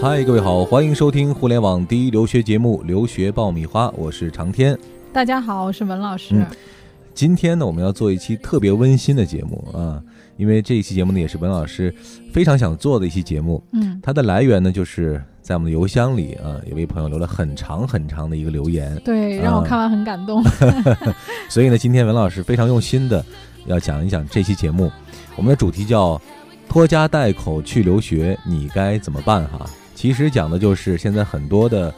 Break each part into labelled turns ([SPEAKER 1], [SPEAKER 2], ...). [SPEAKER 1] 嗨，各位好，欢迎收听互联网第一留学节目《留学爆米花》，我是长天。
[SPEAKER 2] 大家好，我是文老师。
[SPEAKER 1] 嗯今天呢，我们要做一期特别温馨的节目啊，因为这一期节目呢，也是文老师非常想做的一期节目。
[SPEAKER 2] 嗯
[SPEAKER 1] 它的来源呢，就是在我们的邮箱里啊，有位朋友留了很长很长的一个留言，
[SPEAKER 2] 对，
[SPEAKER 1] 啊
[SPEAKER 2] 让我看完很感 动。
[SPEAKER 1] 所以呢，今天文老师非常用心的要讲一讲这期节目，我们的主题叫“拖家带口去留学，你该怎么办”哈。其实讲的就是现在很多的，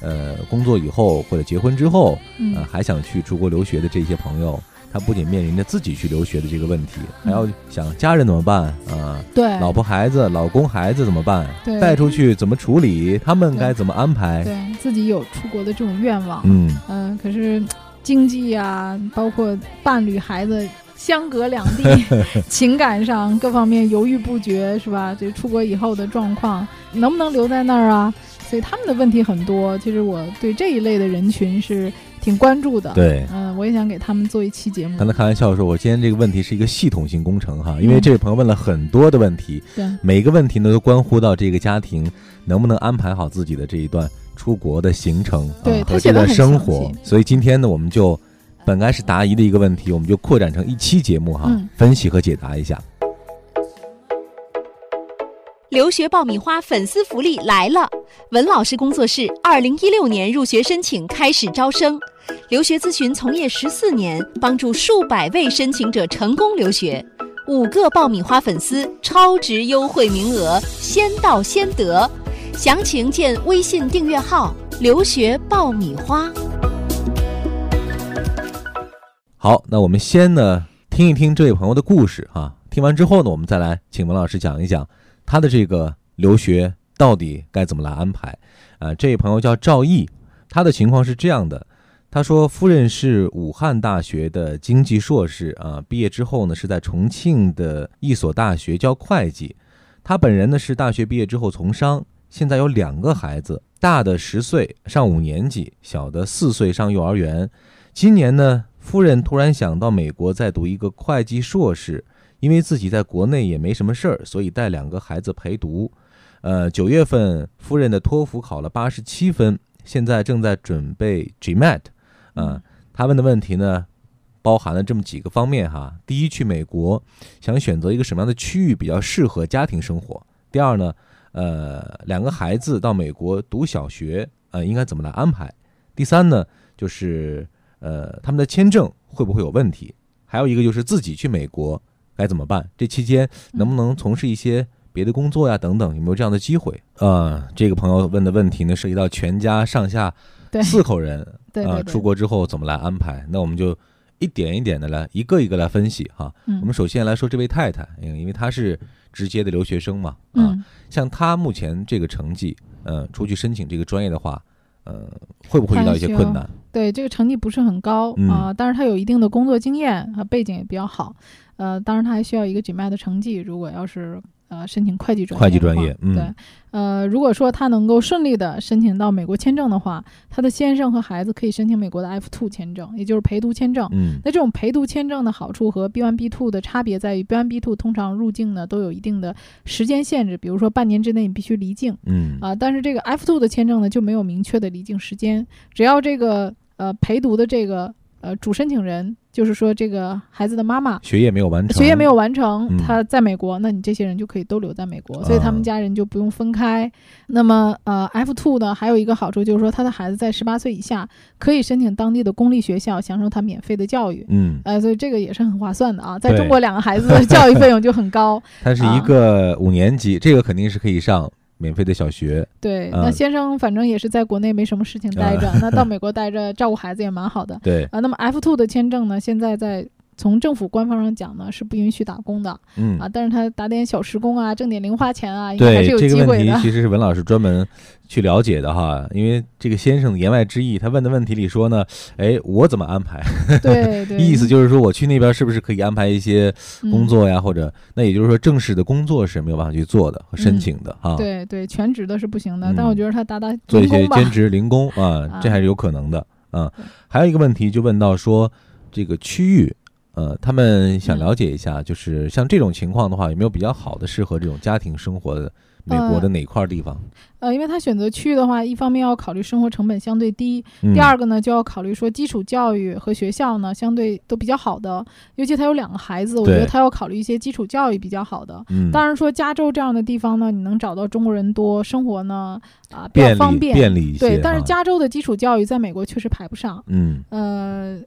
[SPEAKER 1] 呃，工作以后或者结婚之后，
[SPEAKER 2] 嗯
[SPEAKER 1] 呃，还想去出国留学的这些朋友，他不仅面临着自己去留学的这个问题，还要想家人怎么办啊、
[SPEAKER 2] 嗯对，
[SPEAKER 1] 老婆孩子、老公孩子怎么办？
[SPEAKER 2] 对
[SPEAKER 1] 带出去怎么处理？他们该怎么安排？
[SPEAKER 2] 对自己有出国的这种愿望，
[SPEAKER 1] 嗯，
[SPEAKER 2] 嗯、可是经济呀、包括伴侣、孩子。相隔两 地，情感上各方面犹豫不决，是吧？这出国以后的状况，能不能留在那儿啊？所以他们的问题很多。其实我对这一类的人群是挺关注的。，
[SPEAKER 1] 对。
[SPEAKER 2] 嗯、我也想给他们做一期节目
[SPEAKER 1] 刚。才开玩笑说，我今天这个问题是一个系统性工程哈，因为这位朋友问了很多的问题，
[SPEAKER 2] 对，
[SPEAKER 1] 每个问题呢都关乎到这个家庭能不能安排好自己的这一段出国的行程啊
[SPEAKER 2] 对
[SPEAKER 1] 和
[SPEAKER 2] 他
[SPEAKER 1] 这
[SPEAKER 2] 写得
[SPEAKER 1] 段
[SPEAKER 2] 很
[SPEAKER 1] 生
[SPEAKER 2] 详
[SPEAKER 1] 活
[SPEAKER 2] 细。
[SPEAKER 1] 所以今天呢，我们就本该是答疑的一个问题，我们就扩展成一期节目哈，
[SPEAKER 2] 嗯
[SPEAKER 1] 分析和解答一下。
[SPEAKER 3] 留学爆米花粉丝福利来了！文老师工作室二零一六年入学申请开始招生，留学咨询从业十四年，帮助数百位申请者成功留学。五个爆米花粉丝超值优惠名额，先到先得。详情见微信订阅号“留学爆米花”。
[SPEAKER 1] 好，那我们先呢听一听这位朋友的故事哈、听完之后呢，我们再来请文老师讲一讲他的这个留学到底该怎么来安排。呃，这位朋友叫赵毅，他的情况是这样的。他说，夫人是武汉大学的经济硕士啊，毕业之后呢是在重庆的一所大学教会计。他本人呢是大学毕业之后从商，现在有两个孩子，大的十岁上五年级，小的四岁上幼儿园。今年呢，夫人突然想到美国再读一个会计硕士，因为自己在国内也没什么事儿，所以带两个孩子陪读。呃，九月份夫人的托福考了八十七分，现在正在准备 GMAT。呃，他问的问题呢，包含了这么几个方面哈。第一，去美国想选择一个什么样的区域比较适合家庭生活。第二呢，呃，两个孩子到美国读小学，呃，应该怎么来安排？第三呢，就是呃，他们的签证会不会有问题？还有一个就是自己去美国该怎么办？这期间
[SPEAKER 2] 嗯
[SPEAKER 1] 能不能从事一些别的工作呀？等等，有没有这样的机会？呃，这个朋友问的问题呢，涉及到全家上下
[SPEAKER 2] 嗯对
[SPEAKER 1] 四口人，
[SPEAKER 2] 对
[SPEAKER 1] 啊、
[SPEAKER 2] 对对，
[SPEAKER 1] 出国之后怎么来安排？那我们就一点一点的来，一个一个来分析哈。
[SPEAKER 2] 嗯
[SPEAKER 1] 我们首先来说这位太太，嗯，因为她是直接的留学生嘛，啊，
[SPEAKER 2] 嗯，
[SPEAKER 1] 像她目前这个成绩，呃，出去申请这个专业的话，呃，会不会遇到一些困难？
[SPEAKER 2] 对，这个成绩不是很高啊、
[SPEAKER 1] 嗯
[SPEAKER 2] 但是他有一定的工作经验和背景也比较好。呃，当然他还需要一个 GMAT 的成绩，如果要是呃申请会计专业的话，
[SPEAKER 1] 会计专业嗯
[SPEAKER 2] 对，呃，如果说他能够顺利的申请到美国签证的话，他的先生和孩子可以申请美国的 F2 签证，也就是陪读签证。
[SPEAKER 1] 嗯
[SPEAKER 2] 那这种陪读签证的好处和 B1、B2 的差别在于，B1、B2 通常入境呢都有一定的时间限制，比如说半年之内你必须离境，
[SPEAKER 1] 嗯
[SPEAKER 2] 啊、但是这个 F two 的签证呢就没有明确的离境时间，只要这个呃陪读的这个呃主申请人，就是说这个孩子的妈妈。
[SPEAKER 1] 学业没有完成，
[SPEAKER 2] 学业没有完成，
[SPEAKER 1] 嗯
[SPEAKER 2] 他在美国，那你这些人就可以都留在美国，所以他
[SPEAKER 1] 啊
[SPEAKER 2] 们家人就不用分开。那么，呃，F two 呢，还有一个好处就是说，他的孩子在十八岁以下可以申请当地的公立学校，享受他免费的教育。
[SPEAKER 1] 嗯，
[SPEAKER 2] 呃，所以这个也是很划算的啊。在
[SPEAKER 1] 对
[SPEAKER 2] 中国，两个孩子的教育费用就很高，
[SPEAKER 1] 她是一个五年级，这个肯定是可以上免费的小学，
[SPEAKER 2] 对，
[SPEAKER 1] 啊
[SPEAKER 2] 那先生反正也是在国内没什么事情待
[SPEAKER 1] 嗯
[SPEAKER 2] 着，那到美国待着照顾孩子也蛮好的
[SPEAKER 1] 对，
[SPEAKER 2] 啊。那么 F two 的签证呢，现在在从政府官方上讲呢是不允许打工的
[SPEAKER 1] 嗯。
[SPEAKER 2] 啊，但是他打点小时工啊，挣点零花钱啊，应该还
[SPEAKER 1] 对
[SPEAKER 2] 是有
[SPEAKER 1] 这
[SPEAKER 2] 机
[SPEAKER 1] 个问
[SPEAKER 2] 会
[SPEAKER 1] 题
[SPEAKER 2] 的，。
[SPEAKER 1] 其实是文老师专门去了解的哈，因为这个先生的言外之意，他问的问题里说呢，哎，我怎么安排？
[SPEAKER 2] 对 对，
[SPEAKER 1] 意思就是说我去那边是不是可以安排一些工
[SPEAKER 2] 嗯。
[SPEAKER 1] 作呀，或者那也就是说正式的工作是没有办法去做的和申请的哈，
[SPEAKER 2] 嗯对对，全职的是不行的，
[SPEAKER 1] 啊嗯
[SPEAKER 2] 但我觉得他打打
[SPEAKER 1] 做一
[SPEAKER 2] 零
[SPEAKER 1] 些
[SPEAKER 2] 工吧，
[SPEAKER 1] 兼职零工啊
[SPEAKER 2] 啊，
[SPEAKER 1] 这还是有可能的啊
[SPEAKER 2] 对。
[SPEAKER 1] 还有一个问题就问到说这个区域。呃，他
[SPEAKER 2] 嗯
[SPEAKER 1] 们想了解一下，就是像这种情况的话，有没有比较好的适合这种家庭生活的美国的哪一块地方？
[SPEAKER 2] 呃，因为他选择去的话，一方面要考虑生活成本相对低，第
[SPEAKER 1] 嗯
[SPEAKER 2] 二个呢就要考虑说基础教育和学校呢相对都比较好的，尤其他有两个孩子，我觉
[SPEAKER 1] 对
[SPEAKER 2] 得他要考虑一些基础教育比较好的。
[SPEAKER 1] 嗯，
[SPEAKER 2] 当然说加州这样的地方呢，你能找到中国人多，生活呢啊比较
[SPEAKER 1] 便
[SPEAKER 2] 方
[SPEAKER 1] 利
[SPEAKER 2] 便，
[SPEAKER 1] 便利一些。
[SPEAKER 2] 对。但是
[SPEAKER 1] 啊
[SPEAKER 2] 加州的基础教育在美国确实排不上，
[SPEAKER 1] 嗯，
[SPEAKER 2] 呃，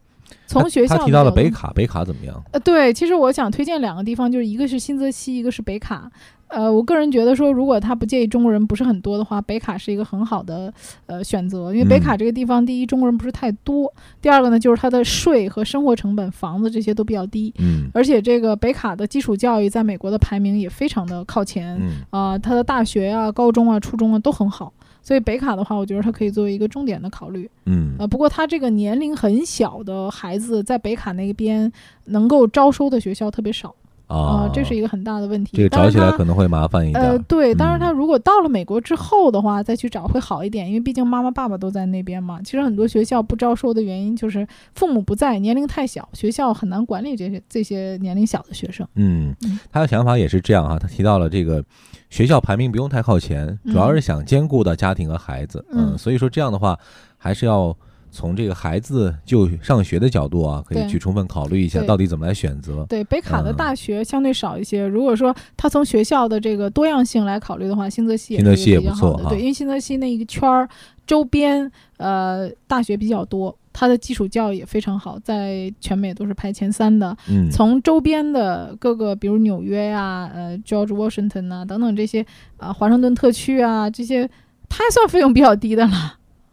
[SPEAKER 1] 他
[SPEAKER 2] 从学校
[SPEAKER 1] 他提到了
[SPEAKER 2] 比较
[SPEAKER 1] 北卡，北卡怎么样？
[SPEAKER 2] 呃，对，其实我想推荐两个地方，就是一个是新泽西，一个是北卡。呃，我个人觉得说，如果他不介意中国人不是很多的话，北卡是一个很好的呃选择，因为北
[SPEAKER 1] 嗯
[SPEAKER 2] 卡这个地方，第一中国人不是太多，第二个呢就是它的税和生活成本、房子这些都比较低，
[SPEAKER 1] 嗯
[SPEAKER 2] 而且这个北卡的基础教育在美国的排名也非常的靠前
[SPEAKER 1] 嗯
[SPEAKER 2] 啊、它的大学啊、高中啊、初中啊都很好，所以北卡的话，我觉得它可以作为一个重点的考虑。
[SPEAKER 1] 嗯
[SPEAKER 2] 呃，不过他这个年龄很小的孩子在北卡那边能够招收的学校特别少啊、
[SPEAKER 1] 啊，
[SPEAKER 2] 这是一个很大的问题。
[SPEAKER 1] 这个
[SPEAKER 2] 当
[SPEAKER 1] 找
[SPEAKER 2] 然
[SPEAKER 1] 起来
[SPEAKER 2] 他
[SPEAKER 1] 可能会麻烦一点
[SPEAKER 2] 呃，
[SPEAKER 1] 儿。
[SPEAKER 2] 对，当然他
[SPEAKER 1] 嗯
[SPEAKER 2] 如果到了美国之后的话，再去找会好一点，因为毕竟妈妈爸爸都在那边嘛。其实很多学校不招收的原因就是父母不在，年龄太小，学校很难管理这些这些年龄小的学生。
[SPEAKER 1] 嗯
[SPEAKER 2] 嗯，
[SPEAKER 1] 他的想法也是这样哈、他提到了这个学校排名不用太靠前，主要是想兼顾到家庭和孩子。
[SPEAKER 2] 嗯
[SPEAKER 1] 所以说这样的话，还是要从这个孩子就上学的角度啊，可以
[SPEAKER 2] 对
[SPEAKER 1] 去充分考虑一下
[SPEAKER 2] 对
[SPEAKER 1] 到底怎么来选择。
[SPEAKER 2] 对，北卡的
[SPEAKER 1] 嗯
[SPEAKER 2] 大学相对少一些。如果说他从学校的这个多样性来考虑的话，新泽西也
[SPEAKER 1] 新
[SPEAKER 2] 是
[SPEAKER 1] 泽
[SPEAKER 2] 一
[SPEAKER 1] 西也
[SPEAKER 2] 个比较
[SPEAKER 1] 不
[SPEAKER 2] 好
[SPEAKER 1] 错
[SPEAKER 2] 的，
[SPEAKER 1] 哈
[SPEAKER 2] 对，因为新泽西那一个圈儿周边呃大学比较多，它的基础教育也非常好，在全美都是排前三的。
[SPEAKER 1] 嗯，
[SPEAKER 2] 从周边的各个，比如纽约呀、呃 George Washington 呐、等等这些啊、华盛顿特区啊这些，它还算费用比较低的了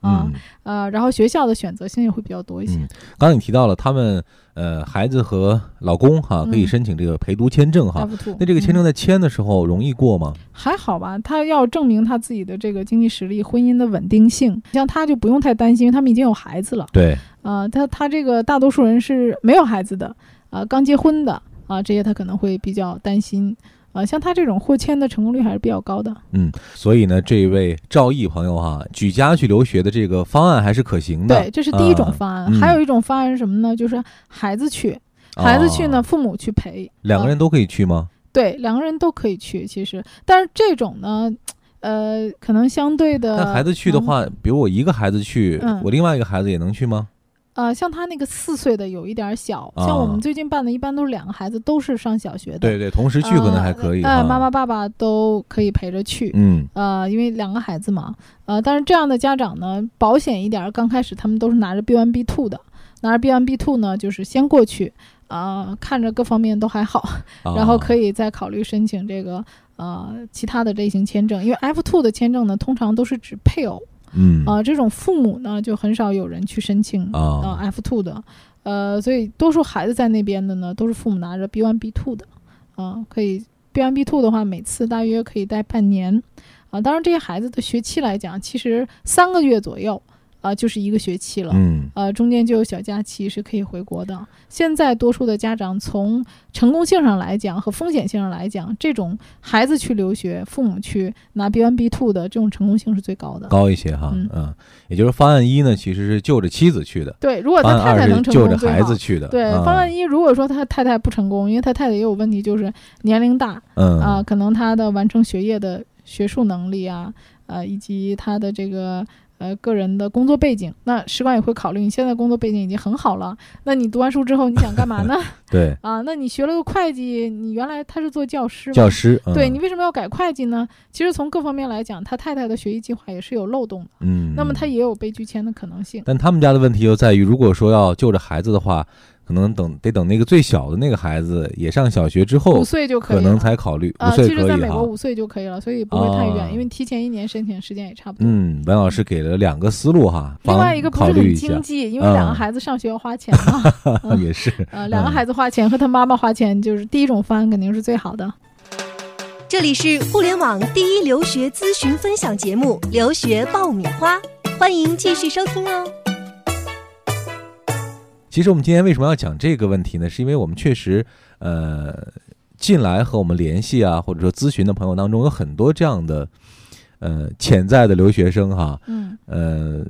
[SPEAKER 2] 啊
[SPEAKER 1] 嗯。
[SPEAKER 2] 呃，然后学校的选择性也会比较多一些。
[SPEAKER 1] 嗯，刚刚你提到了他们呃孩子和老公哈、可以
[SPEAKER 2] 嗯
[SPEAKER 1] 申请这个陪读签证哈、
[SPEAKER 2] F two，
[SPEAKER 1] 那这个签
[SPEAKER 2] 嗯
[SPEAKER 1] 证在签的时候容易过吗？
[SPEAKER 2] 还好吧，他要证明他自己的这个经济实力、婚姻的稳定性，像他就不用太担心，因为他们已经有孩子了。
[SPEAKER 1] 对，
[SPEAKER 2] 呃，他他这个大多数人是没有孩子的，啊，刚结婚的，啊、这些他可能会比较担心。啊，像他这种获签的成功率还是比较高的。
[SPEAKER 1] 所以呢，这一位赵毅朋友哈、举家去留学的这个方案还是可行的。
[SPEAKER 2] 对，这是第一种
[SPEAKER 1] 啊
[SPEAKER 2] 方案。
[SPEAKER 1] 嗯
[SPEAKER 2] 还有一种方案是什么呢？就是孩子去，孩子去呢，
[SPEAKER 1] 哦
[SPEAKER 2] 父母去陪。
[SPEAKER 1] 两个人都可以去吗？
[SPEAKER 2] 对，两个人都可以去，其实，但是这种呢，呃，可能相对的。
[SPEAKER 1] 但孩子去的
[SPEAKER 2] 嗯
[SPEAKER 1] 话，比如我一个孩子去，
[SPEAKER 2] 嗯
[SPEAKER 1] 我另外一个孩子也能去吗？
[SPEAKER 2] 呃，像他那个四岁的有一点儿小，像我
[SPEAKER 1] 啊
[SPEAKER 2] 们最近办的，一般都是两个孩子都是上小学的，
[SPEAKER 1] 对对，同时
[SPEAKER 2] 呃，
[SPEAKER 1] 去可能还可以。
[SPEAKER 2] 呃，
[SPEAKER 1] 哈
[SPEAKER 2] 妈妈，爸爸都可以陪着去。
[SPEAKER 1] 嗯
[SPEAKER 2] 呃，因为两个孩子嘛，呃，但是这样的家长呢，保险一点儿，刚开始他们都是拿着 B one B two 的，拿着 B one B two 呢，就是先过去，呃，看着各方面都还好，
[SPEAKER 1] 啊
[SPEAKER 2] 然后可
[SPEAKER 1] 以
[SPEAKER 2] 以再考虑申请这个呃其他的类型签证，因为 F two 的签证呢，通常都是指配偶，
[SPEAKER 1] 嗯
[SPEAKER 2] 啊、这种父母呢，就很少有人去申请呃
[SPEAKER 1] 啊
[SPEAKER 2] F two 的，呃，所以多数孩子在那边的呢，都是父母拿着 B one B two 的，啊、可以 B one B two 的话，每次大约可以待半年，啊、当然这些孩子的学期来讲，其实三个月左右，啊、就是一个学期了。
[SPEAKER 1] 嗯
[SPEAKER 2] 呃，中间就有小假期是可以回国的。现在多数的家长从成功性上来讲和风险性上来讲，这种孩子去留学，父母去拿 B one B two 的这种成功性是最高的。
[SPEAKER 1] 高一些哈，
[SPEAKER 2] 嗯
[SPEAKER 1] 嗯，也就是方案一呢，其实是就着妻子去的，
[SPEAKER 2] 对，如果
[SPEAKER 1] 方
[SPEAKER 2] 他
[SPEAKER 1] 案
[SPEAKER 2] 太太
[SPEAKER 1] 二是
[SPEAKER 2] 能成功
[SPEAKER 1] 就着
[SPEAKER 2] 最好，
[SPEAKER 1] 孩子去的。
[SPEAKER 2] 对，
[SPEAKER 1] 嗯
[SPEAKER 2] 方案一如果说他太太不成功，因为他太太也有问题，就是年龄大
[SPEAKER 1] 嗯
[SPEAKER 2] 啊、可能他的完成学业的学术能力啊，呃，以及他的这个呃个人的工作背景，那使馆也会考虑你现在工作背景已经很好了，那你读完书之后你想干嘛呢？
[SPEAKER 1] 对
[SPEAKER 2] 啊，那你学了个会计，你原来他是做教师嘛？
[SPEAKER 1] 教师，嗯
[SPEAKER 2] 对你为什么要改会计呢？其实从各方面来讲，他太太的学习计划也是有漏洞的，
[SPEAKER 1] 嗯，
[SPEAKER 2] 那么他也有被拒签的可能性。
[SPEAKER 1] 但他们家的问题就在于，如果说要就着孩子的话，可能等得等那个最小的那个孩子也上小学之后
[SPEAKER 2] 五，岁就可以
[SPEAKER 1] 哦可
[SPEAKER 2] 了。
[SPEAKER 1] 能才考虑。五
[SPEAKER 2] 啊，
[SPEAKER 1] 岁
[SPEAKER 2] 其实
[SPEAKER 1] 可
[SPEAKER 2] 在
[SPEAKER 1] 以
[SPEAKER 2] 美
[SPEAKER 1] 哈
[SPEAKER 2] 国。五岁就可以了，所以不会太远，
[SPEAKER 1] 啊
[SPEAKER 2] 因为提前一年申请时间也差不多。
[SPEAKER 1] 嗯，文老师给了两个思路哈，
[SPEAKER 2] 另
[SPEAKER 1] 方
[SPEAKER 2] 外一个不
[SPEAKER 1] 考
[SPEAKER 2] 是
[SPEAKER 1] 虑
[SPEAKER 2] 很
[SPEAKER 1] 一下
[SPEAKER 2] 经，济，因为
[SPEAKER 1] 嗯
[SPEAKER 2] 两个孩子上学要花钱 嘛，嗯
[SPEAKER 1] 也是。 嗯
[SPEAKER 2] 呃，两个孩子花钱和他妈妈花钱，就是第一种方案肯定是最好的。
[SPEAKER 3] 这里是互联网第一留学咨询分享节目《留学爆米花》，欢迎继续收听哦。
[SPEAKER 1] 其实我们今天为什么要讲这个问题呢？是因为我们确实，呃，近来和我们联系啊，或者说咨询的朋友当中，有很多这样的，呃，潜在的留学生哈，
[SPEAKER 2] 嗯，
[SPEAKER 1] 呃，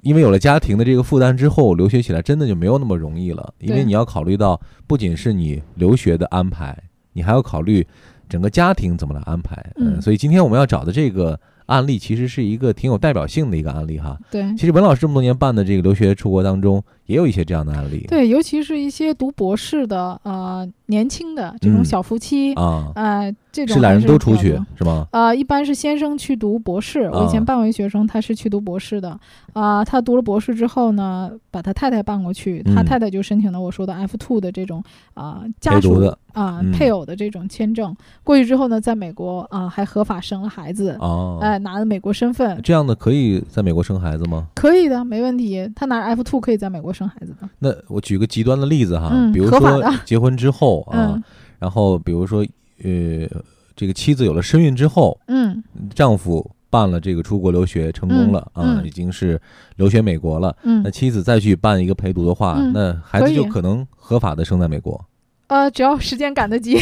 [SPEAKER 1] 因为有了家庭的这个负担之后，留学起来真的就没有那么容易了，因为
[SPEAKER 2] 对
[SPEAKER 1] 你要考虑到，不仅是你留学的安排，你还要考虑整个家庭怎么来安排。呃
[SPEAKER 2] 嗯
[SPEAKER 1] 所以今天我们要找的这个案例，其实是一个挺有代表性的一个案例哈。
[SPEAKER 2] 对
[SPEAKER 1] 其实文老师这么多年办的这个留学出国当中，也有一些这样的案例。
[SPEAKER 2] 对，尤其是一些读博士的呃年轻的这种
[SPEAKER 1] 嗯
[SPEAKER 2] 小夫妻，
[SPEAKER 1] 啊，
[SPEAKER 2] 呃，这种
[SPEAKER 1] 是俩
[SPEAKER 2] 还
[SPEAKER 1] 人都出
[SPEAKER 2] 比较
[SPEAKER 1] 去
[SPEAKER 2] 多
[SPEAKER 1] 是吗？
[SPEAKER 2] 呃，一般是先生去读博士。我以前
[SPEAKER 1] 啊
[SPEAKER 2] 办过一学生，他是去读博士的。啊、他读了博士之后呢，把他太太办过去，他
[SPEAKER 1] 嗯
[SPEAKER 2] 太太就申请了我说的 F two 的这种啊、家
[SPEAKER 1] 陪读
[SPEAKER 2] 属
[SPEAKER 1] 的
[SPEAKER 2] 啊、
[SPEAKER 1] 嗯
[SPEAKER 2] 配偶的这种签证。过去之后呢，在美国啊、还合法生了孩子，
[SPEAKER 1] 哦，
[SPEAKER 2] 哎、拿了美国身份，
[SPEAKER 1] 这样的可以在美国生孩子吗？
[SPEAKER 2] 可以的，没问题。他拿着 F two 可以在美国生孩子的。
[SPEAKER 1] 那我举个极端的例子哈，
[SPEAKER 2] 嗯
[SPEAKER 1] 比如
[SPEAKER 2] 合法
[SPEAKER 1] 说
[SPEAKER 2] 的
[SPEAKER 1] 结婚之后啊，
[SPEAKER 2] 嗯
[SPEAKER 1] 然后比如说呃，这个妻子有了身孕之后，
[SPEAKER 2] 嗯
[SPEAKER 1] 丈夫办了这个出国留学成功了、
[SPEAKER 2] 嗯
[SPEAKER 1] 啊，
[SPEAKER 2] 嗯
[SPEAKER 1] 已经是留学美国了。那
[SPEAKER 2] 嗯，
[SPEAKER 1] 妻子再去办一个陪读的话，
[SPEAKER 2] 嗯
[SPEAKER 1] 那孩子
[SPEAKER 2] 可以
[SPEAKER 1] 就可能合法的生在美国。
[SPEAKER 2] 呃，只要时间赶 得及，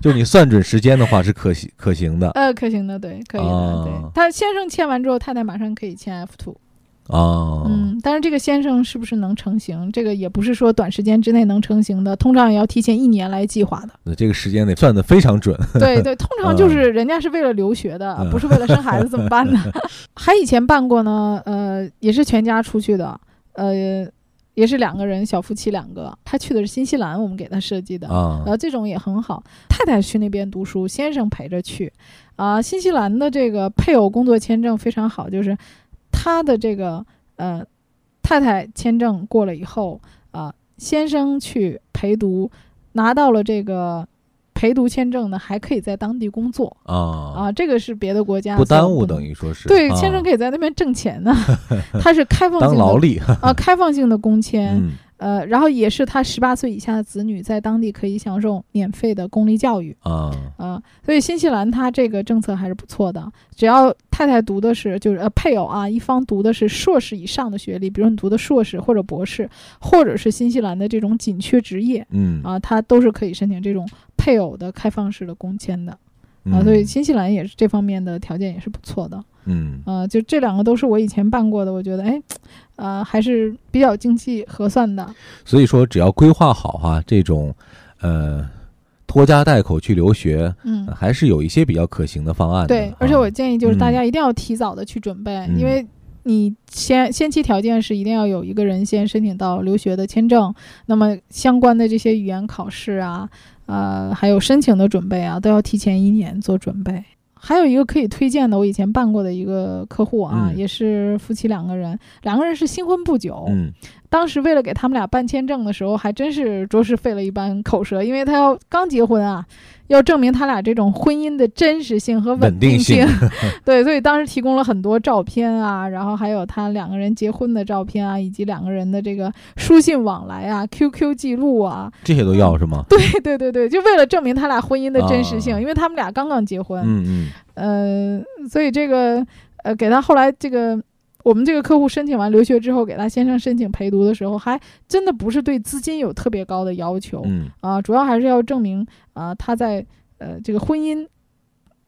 [SPEAKER 1] 就是你算准时间的话是可行可行的
[SPEAKER 2] 呃，可行的，对，可以的，
[SPEAKER 1] 啊
[SPEAKER 2] 对。他先生签完之后，太太马上可以签 F two。
[SPEAKER 1] 啊。
[SPEAKER 2] 嗯，但是这个先生是不是能成型，这个也不是说短时间之内能成型的，通常也要提前一年来 计划的。
[SPEAKER 1] 那这个时间得算得非常准。
[SPEAKER 2] 对对，通常就是人家是为了留学的，
[SPEAKER 1] 嗯
[SPEAKER 2] 不是为了生孩子，怎么 办呢？还以前办过呢，呃，也是全家出去的，呃，也是两个人，小夫妻两个，他去的是新西兰，我们给他设计的。
[SPEAKER 1] 啊
[SPEAKER 2] 然后这种也很好，太太去那边读书，先生陪着去。啊、新西兰的这个配偶工作签证非常好，就是他的这个呃太太签证过了以后啊、先生去陪读，拿到了这个陪读签证呢，还可以在当地工作啊、
[SPEAKER 1] 啊，
[SPEAKER 2] 这个是别的国家
[SPEAKER 1] 不耽误，
[SPEAKER 2] 的。
[SPEAKER 1] 等于说是
[SPEAKER 2] 对，
[SPEAKER 1] 啊
[SPEAKER 2] 先生可以在那边挣钱 呢，他是开放
[SPEAKER 1] 当
[SPEAKER 2] 性
[SPEAKER 1] 劳
[SPEAKER 2] 的
[SPEAKER 1] 力。
[SPEAKER 2] 啊、开放性的工签，
[SPEAKER 1] 嗯
[SPEAKER 2] 呃，然后也是他十八岁以下的子女在当地可以享受免费的公立教育
[SPEAKER 1] 啊
[SPEAKER 2] 啊、呃所以新西兰它这个政策还是不错的。只要太太读的是就是呃配偶啊一方读的是硕士以上的学历，比如你读的硕士或者博士，或者是新西兰的这种紧缺职业
[SPEAKER 1] 嗯
[SPEAKER 2] 啊，他都是可以申请这种配偶的开放式的工签的啊。
[SPEAKER 1] 嗯
[SPEAKER 2] 所以新西兰也是这方面的条件也是不错的。
[SPEAKER 1] 嗯
[SPEAKER 2] 呃，就这两个都是我以前办过的，我觉得哎，呃还是比较经济合算的。
[SPEAKER 1] 所以说，只要规划好哈、这种，呃，拖家带口去留学，
[SPEAKER 2] 嗯
[SPEAKER 1] 呃。还是有一些比较可行的方案的
[SPEAKER 2] 对
[SPEAKER 1] 啊，
[SPEAKER 2] 而且我建议就是大
[SPEAKER 1] 嗯
[SPEAKER 2] 家一定要提早的去准备，
[SPEAKER 1] 嗯
[SPEAKER 2] 因为你先先期条件是一定要有一个人先申请到留学的签证，那么相关的这些语言考试啊，呃，还有申请的准备啊，都要提前一年做准备。还有一个可以推荐的，我以前办过的一个客户啊，
[SPEAKER 1] 嗯
[SPEAKER 2] 也是夫妻两个人，两个人是新婚不久，
[SPEAKER 1] 嗯
[SPEAKER 2] 当时为了给他们俩办签证的时候，还真是着实费了一番口舌，因为他要刚结婚啊，要证明他俩这种婚姻的真实性和
[SPEAKER 1] 稳
[SPEAKER 2] 定
[SPEAKER 1] 定性
[SPEAKER 2] 对，所以当时提供了很多照片啊，然后还有他两个人结婚的照片啊，以及两个人的这个书信往来啊、QQ 记录啊，
[SPEAKER 1] 这些都要是吗？
[SPEAKER 2] 对对对对，就为了证明他俩婚姻的真实性，
[SPEAKER 1] 啊
[SPEAKER 2] 因为他们俩刚刚结婚，
[SPEAKER 1] 嗯嗯
[SPEAKER 2] 呃，所以这个呃，给他后来这个我们这个客户申请完留学之后，给他先生申请陪读的时候，还真的不是对资金有特别高的要求
[SPEAKER 1] 嗯
[SPEAKER 2] 啊、主要还是要证明啊、他在呃这个婚姻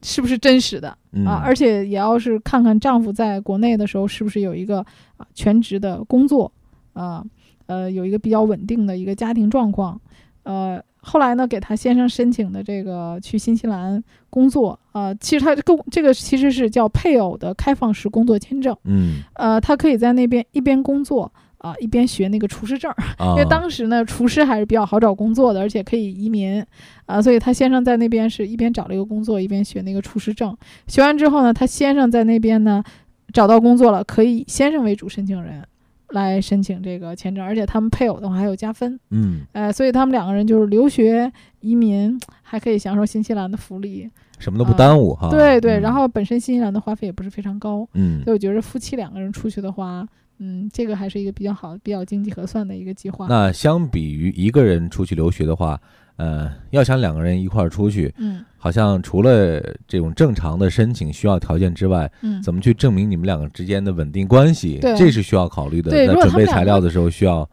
[SPEAKER 2] 是不是真实的
[SPEAKER 1] 嗯
[SPEAKER 2] 啊、而且也要是看看丈夫在国内的时候是不是有一个啊全职的工作啊呃有一个比较稳定的一个家庭状况，呃。后来呢，给他先生申请的这个去新西兰工作，啊，其实他这个这个其实是叫配偶的开放式工作签证，
[SPEAKER 1] 嗯
[SPEAKER 2] 呃，他可以在那边一边工作啊、一边学那个厨师证儿，
[SPEAKER 1] 啊，
[SPEAKER 2] 因为当时呢，厨师还是比较好找工作的，而且可以移民，啊，所以他先生在那边是一边找了一个工作，一边学那个厨师证。学完之后呢，他先生在那边呢找到工作了，可以以先生为主申请人来申请这个签证，而且他们配偶的话还有加分，
[SPEAKER 1] 嗯
[SPEAKER 2] 呃，所以他们两个人就是留学、移民，还可以享受新西兰的福利。
[SPEAKER 1] 什么都不耽误哈。
[SPEAKER 2] 嗯对对，
[SPEAKER 1] 嗯
[SPEAKER 2] 然后本身新西兰的花费也不是非常高，
[SPEAKER 1] 嗯
[SPEAKER 2] 所以我觉得夫妻两个人出去的话，嗯，这个还是一个比较好、比较经济核算的一个计划。
[SPEAKER 1] 那相比于一个人出去留学的话，呃，要想两个人一块儿出去，
[SPEAKER 2] 嗯
[SPEAKER 1] 好像除了这种正常的申请需要条件之外，
[SPEAKER 2] 嗯，
[SPEAKER 1] 怎么去证明你们两个之间的稳定关系？
[SPEAKER 2] 对啊
[SPEAKER 1] 这是需要考虑的。
[SPEAKER 2] 对
[SPEAKER 1] 在
[SPEAKER 2] 如果
[SPEAKER 1] 准
[SPEAKER 2] 他
[SPEAKER 1] 备
[SPEAKER 2] 们两
[SPEAKER 1] 材
[SPEAKER 2] 个
[SPEAKER 1] 料的时候需要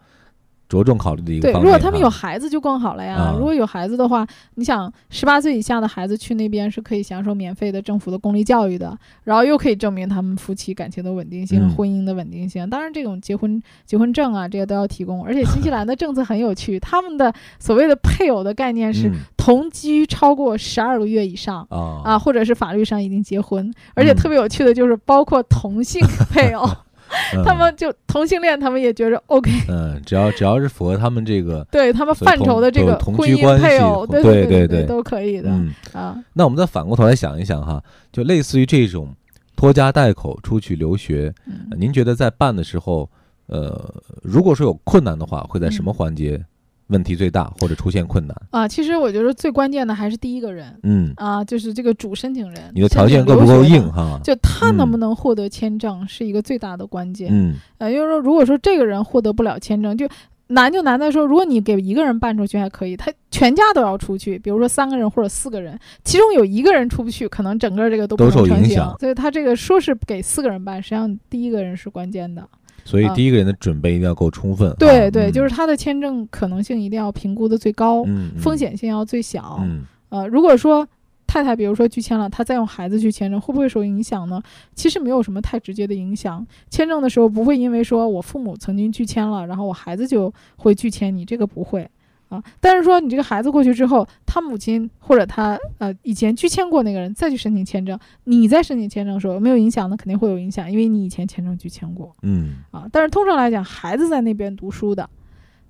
[SPEAKER 1] 着重考虑的一个
[SPEAKER 2] 对，
[SPEAKER 1] 方面啊。
[SPEAKER 2] 如果他们有孩子就更好了呀。
[SPEAKER 1] 啊
[SPEAKER 2] 如果有孩子的话，你想十八岁以下的孩子去那边是可以享受免费的政府的公立教育的，然后又可以证明他们夫妻感情的稳定性、
[SPEAKER 1] 嗯
[SPEAKER 2] 婚姻的稳定性。当然，这种结婚结婚证啊，这些都要提供。而且新西兰的政策很有趣，他们的所谓的配偶的概念是
[SPEAKER 1] 嗯
[SPEAKER 2] 同同居超过十二个月以上。
[SPEAKER 1] 啊
[SPEAKER 2] 啊，或者是法律上已经结婚，而且特别有趣的就是，包括同性配 偶，
[SPEAKER 1] 嗯
[SPEAKER 2] 他们就同性恋，他们也觉着 OK，
[SPEAKER 1] 嗯，只要只要是符合他们这个，
[SPEAKER 2] 对他们
[SPEAKER 1] 所以
[SPEAKER 2] 范
[SPEAKER 1] 同
[SPEAKER 2] 畴的这
[SPEAKER 1] 都有
[SPEAKER 2] 个
[SPEAKER 1] 同
[SPEAKER 2] 婚
[SPEAKER 1] 居
[SPEAKER 2] 姻
[SPEAKER 1] 关
[SPEAKER 2] 配
[SPEAKER 1] 系
[SPEAKER 2] 偶，
[SPEAKER 1] 对
[SPEAKER 2] 对
[SPEAKER 1] 对
[SPEAKER 2] 对，
[SPEAKER 1] 对
[SPEAKER 2] 都可以的
[SPEAKER 1] 嗯，
[SPEAKER 2] 啊，
[SPEAKER 1] 那我们再反过头来想一想哈，就类似于这种拖家带口出去留学，
[SPEAKER 2] 嗯
[SPEAKER 1] 呃您觉得在办的时候，呃，如果说有困难的话，会在什么环节问题最大或者出现困难？
[SPEAKER 2] 啊，其实我觉得最关键的还是第一个人
[SPEAKER 1] 嗯，
[SPEAKER 2] 啊，就是这个主申请人，
[SPEAKER 1] 你的
[SPEAKER 2] 申
[SPEAKER 1] 条件
[SPEAKER 2] 请
[SPEAKER 1] 够
[SPEAKER 2] 留
[SPEAKER 1] 不够
[SPEAKER 2] 学的
[SPEAKER 1] 硬？哈？
[SPEAKER 2] 就他能不
[SPEAKER 1] 嗯
[SPEAKER 2] 能获得签证是一个最大的关键。
[SPEAKER 1] 嗯
[SPEAKER 2] 呃，因为说如果说这个人获得不了签证，就难就难在说，如果你给一个人办出去还可以，他全家都要出去，比如说三个人或者四个人，其中有一个人出不去，可能整个这个都不
[SPEAKER 1] 都
[SPEAKER 2] 能
[SPEAKER 1] 受
[SPEAKER 2] 成
[SPEAKER 1] 影
[SPEAKER 2] 型
[SPEAKER 1] 响。
[SPEAKER 2] 所以他这个说是给四个人办，实际上第一个人是关键的。
[SPEAKER 1] 所以
[SPEAKER 2] 啊
[SPEAKER 1] 第一个人的准备一定要够充分哈。
[SPEAKER 2] 对对，
[SPEAKER 1] 嗯
[SPEAKER 2] 就是他的签证可能性一定要评估的最高，
[SPEAKER 1] 嗯嗯
[SPEAKER 2] 风险性要最小。
[SPEAKER 1] 嗯
[SPEAKER 2] 呃，如果说太太比如说拒签了，她再用孩子去签证，会不会受影响呢？其实没有什么太直接的影响。签证的时候不会因为说我父母曾经拒签了，然后我孩子就会拒签你，这个不会。啊，但是说你这个孩子过去之后，他母亲或者他呃以前拒签过那个人再去申请签证，你再申请签证的时候有没有影响呢？肯定会有影响，因为你以前签证拒签过
[SPEAKER 1] 嗯
[SPEAKER 2] 啊。但是通常来讲，孩子在那边读书的，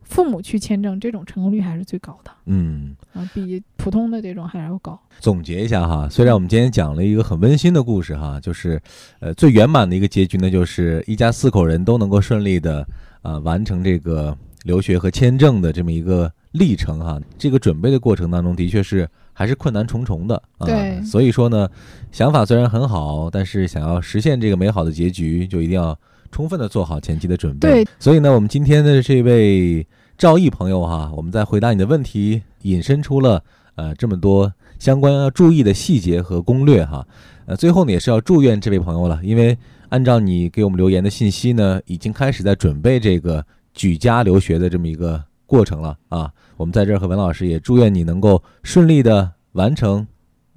[SPEAKER 2] 父母去签证这种成功率还是最高的
[SPEAKER 1] 嗯。
[SPEAKER 2] 啊，比普通的这种还要高。
[SPEAKER 1] 总结一下哈，虽然我们今天讲了一个很温馨的故事哈，就是，呃，最圆满的一个结局呢，就是一家四口人都能够顺利的啊、呃完成这个留学和签证的这么一个历程哈。这个准备的过程当中，的确是还是困难重重的啊。
[SPEAKER 2] 对
[SPEAKER 1] 所以说呢，想法虽然很好，但是想要实现这个美好的结局，就一定要充分的做好前期的准备。
[SPEAKER 2] 对，
[SPEAKER 1] 所以呢，我们今天的这位赵毅朋友哈，我们在回答你的问题，引申出了呃这么多相关要注意的细节和攻略哈。呃，最后呢，也是要祝愿这位朋友了，因为按照你给我们留言的信息呢，已经开始在准备这个举家留学的这么一个过程了啊。我们在这儿和文老师也祝愿你能够顺利的完成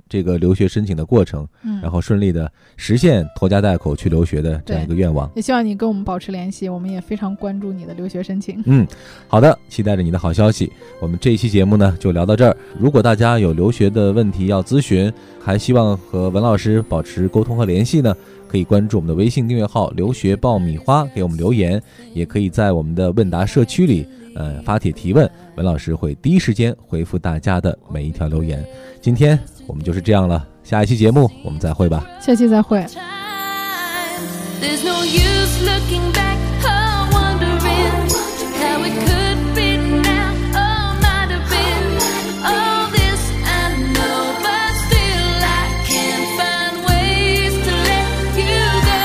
[SPEAKER 1] 这个留学申请的过程，
[SPEAKER 2] 嗯，
[SPEAKER 1] 然后顺利的实现拖家带口去留学的这样一个愿望。
[SPEAKER 2] 也希望你跟我们保持联系，我们也非常关注你的留学申请。
[SPEAKER 1] 嗯，好的，期待着你的好消息。我们这一期节目呢就聊到这儿。如果大家有留学的问题要咨询，还希望和文老师保持沟通和联系呢，可以关注我们的微信订阅号“留学爆米花”，给我们留言，也可以在我们的问答社区里，呃，发帖提问，文老师会第一时间回复大家的每一条留言。今天我们就是这样了，下一期节目我们再会吧。
[SPEAKER 2] 下期再会。
[SPEAKER 4] time. There's no use looking back or wondering how it could be now or might have been. All this I know, but still I can't find ways to let you go.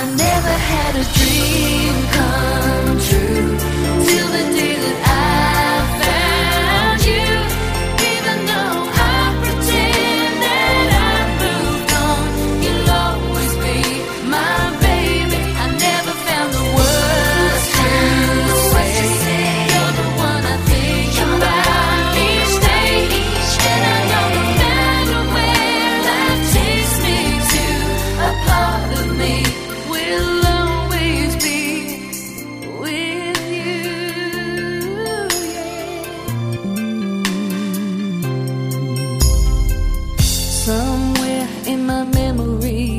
[SPEAKER 4] I never had a dream come true till the day that I found you. Even though I pretend that I moved on, you'll always be my baby. I never found the words to say. You're the one I think about each day, and I know no matter where life takes me to, a part of me will always be with you. Somewhere in my memory,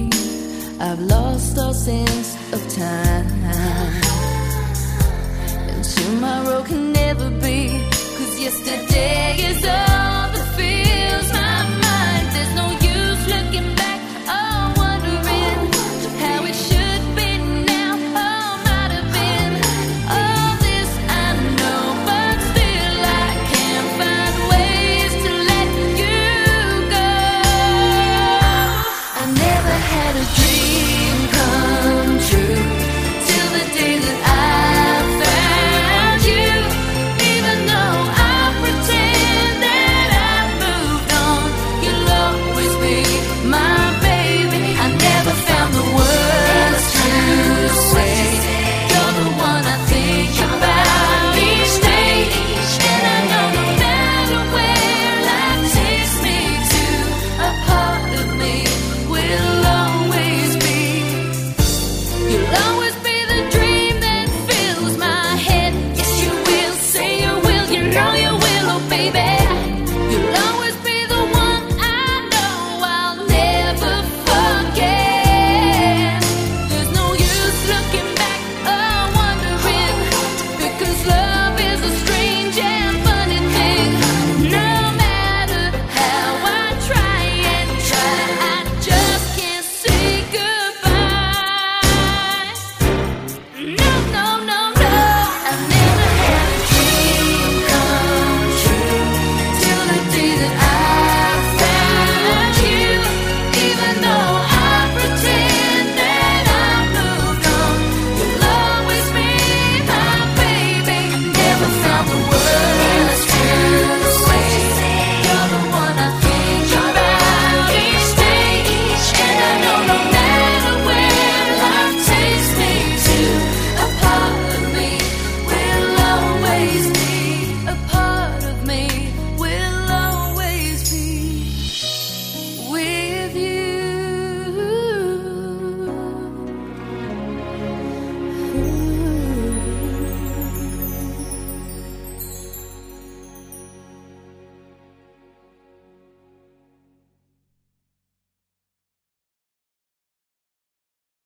[SPEAKER 4] I've lost all sense of time. And tomorrow can never be, cause yesterday. oh,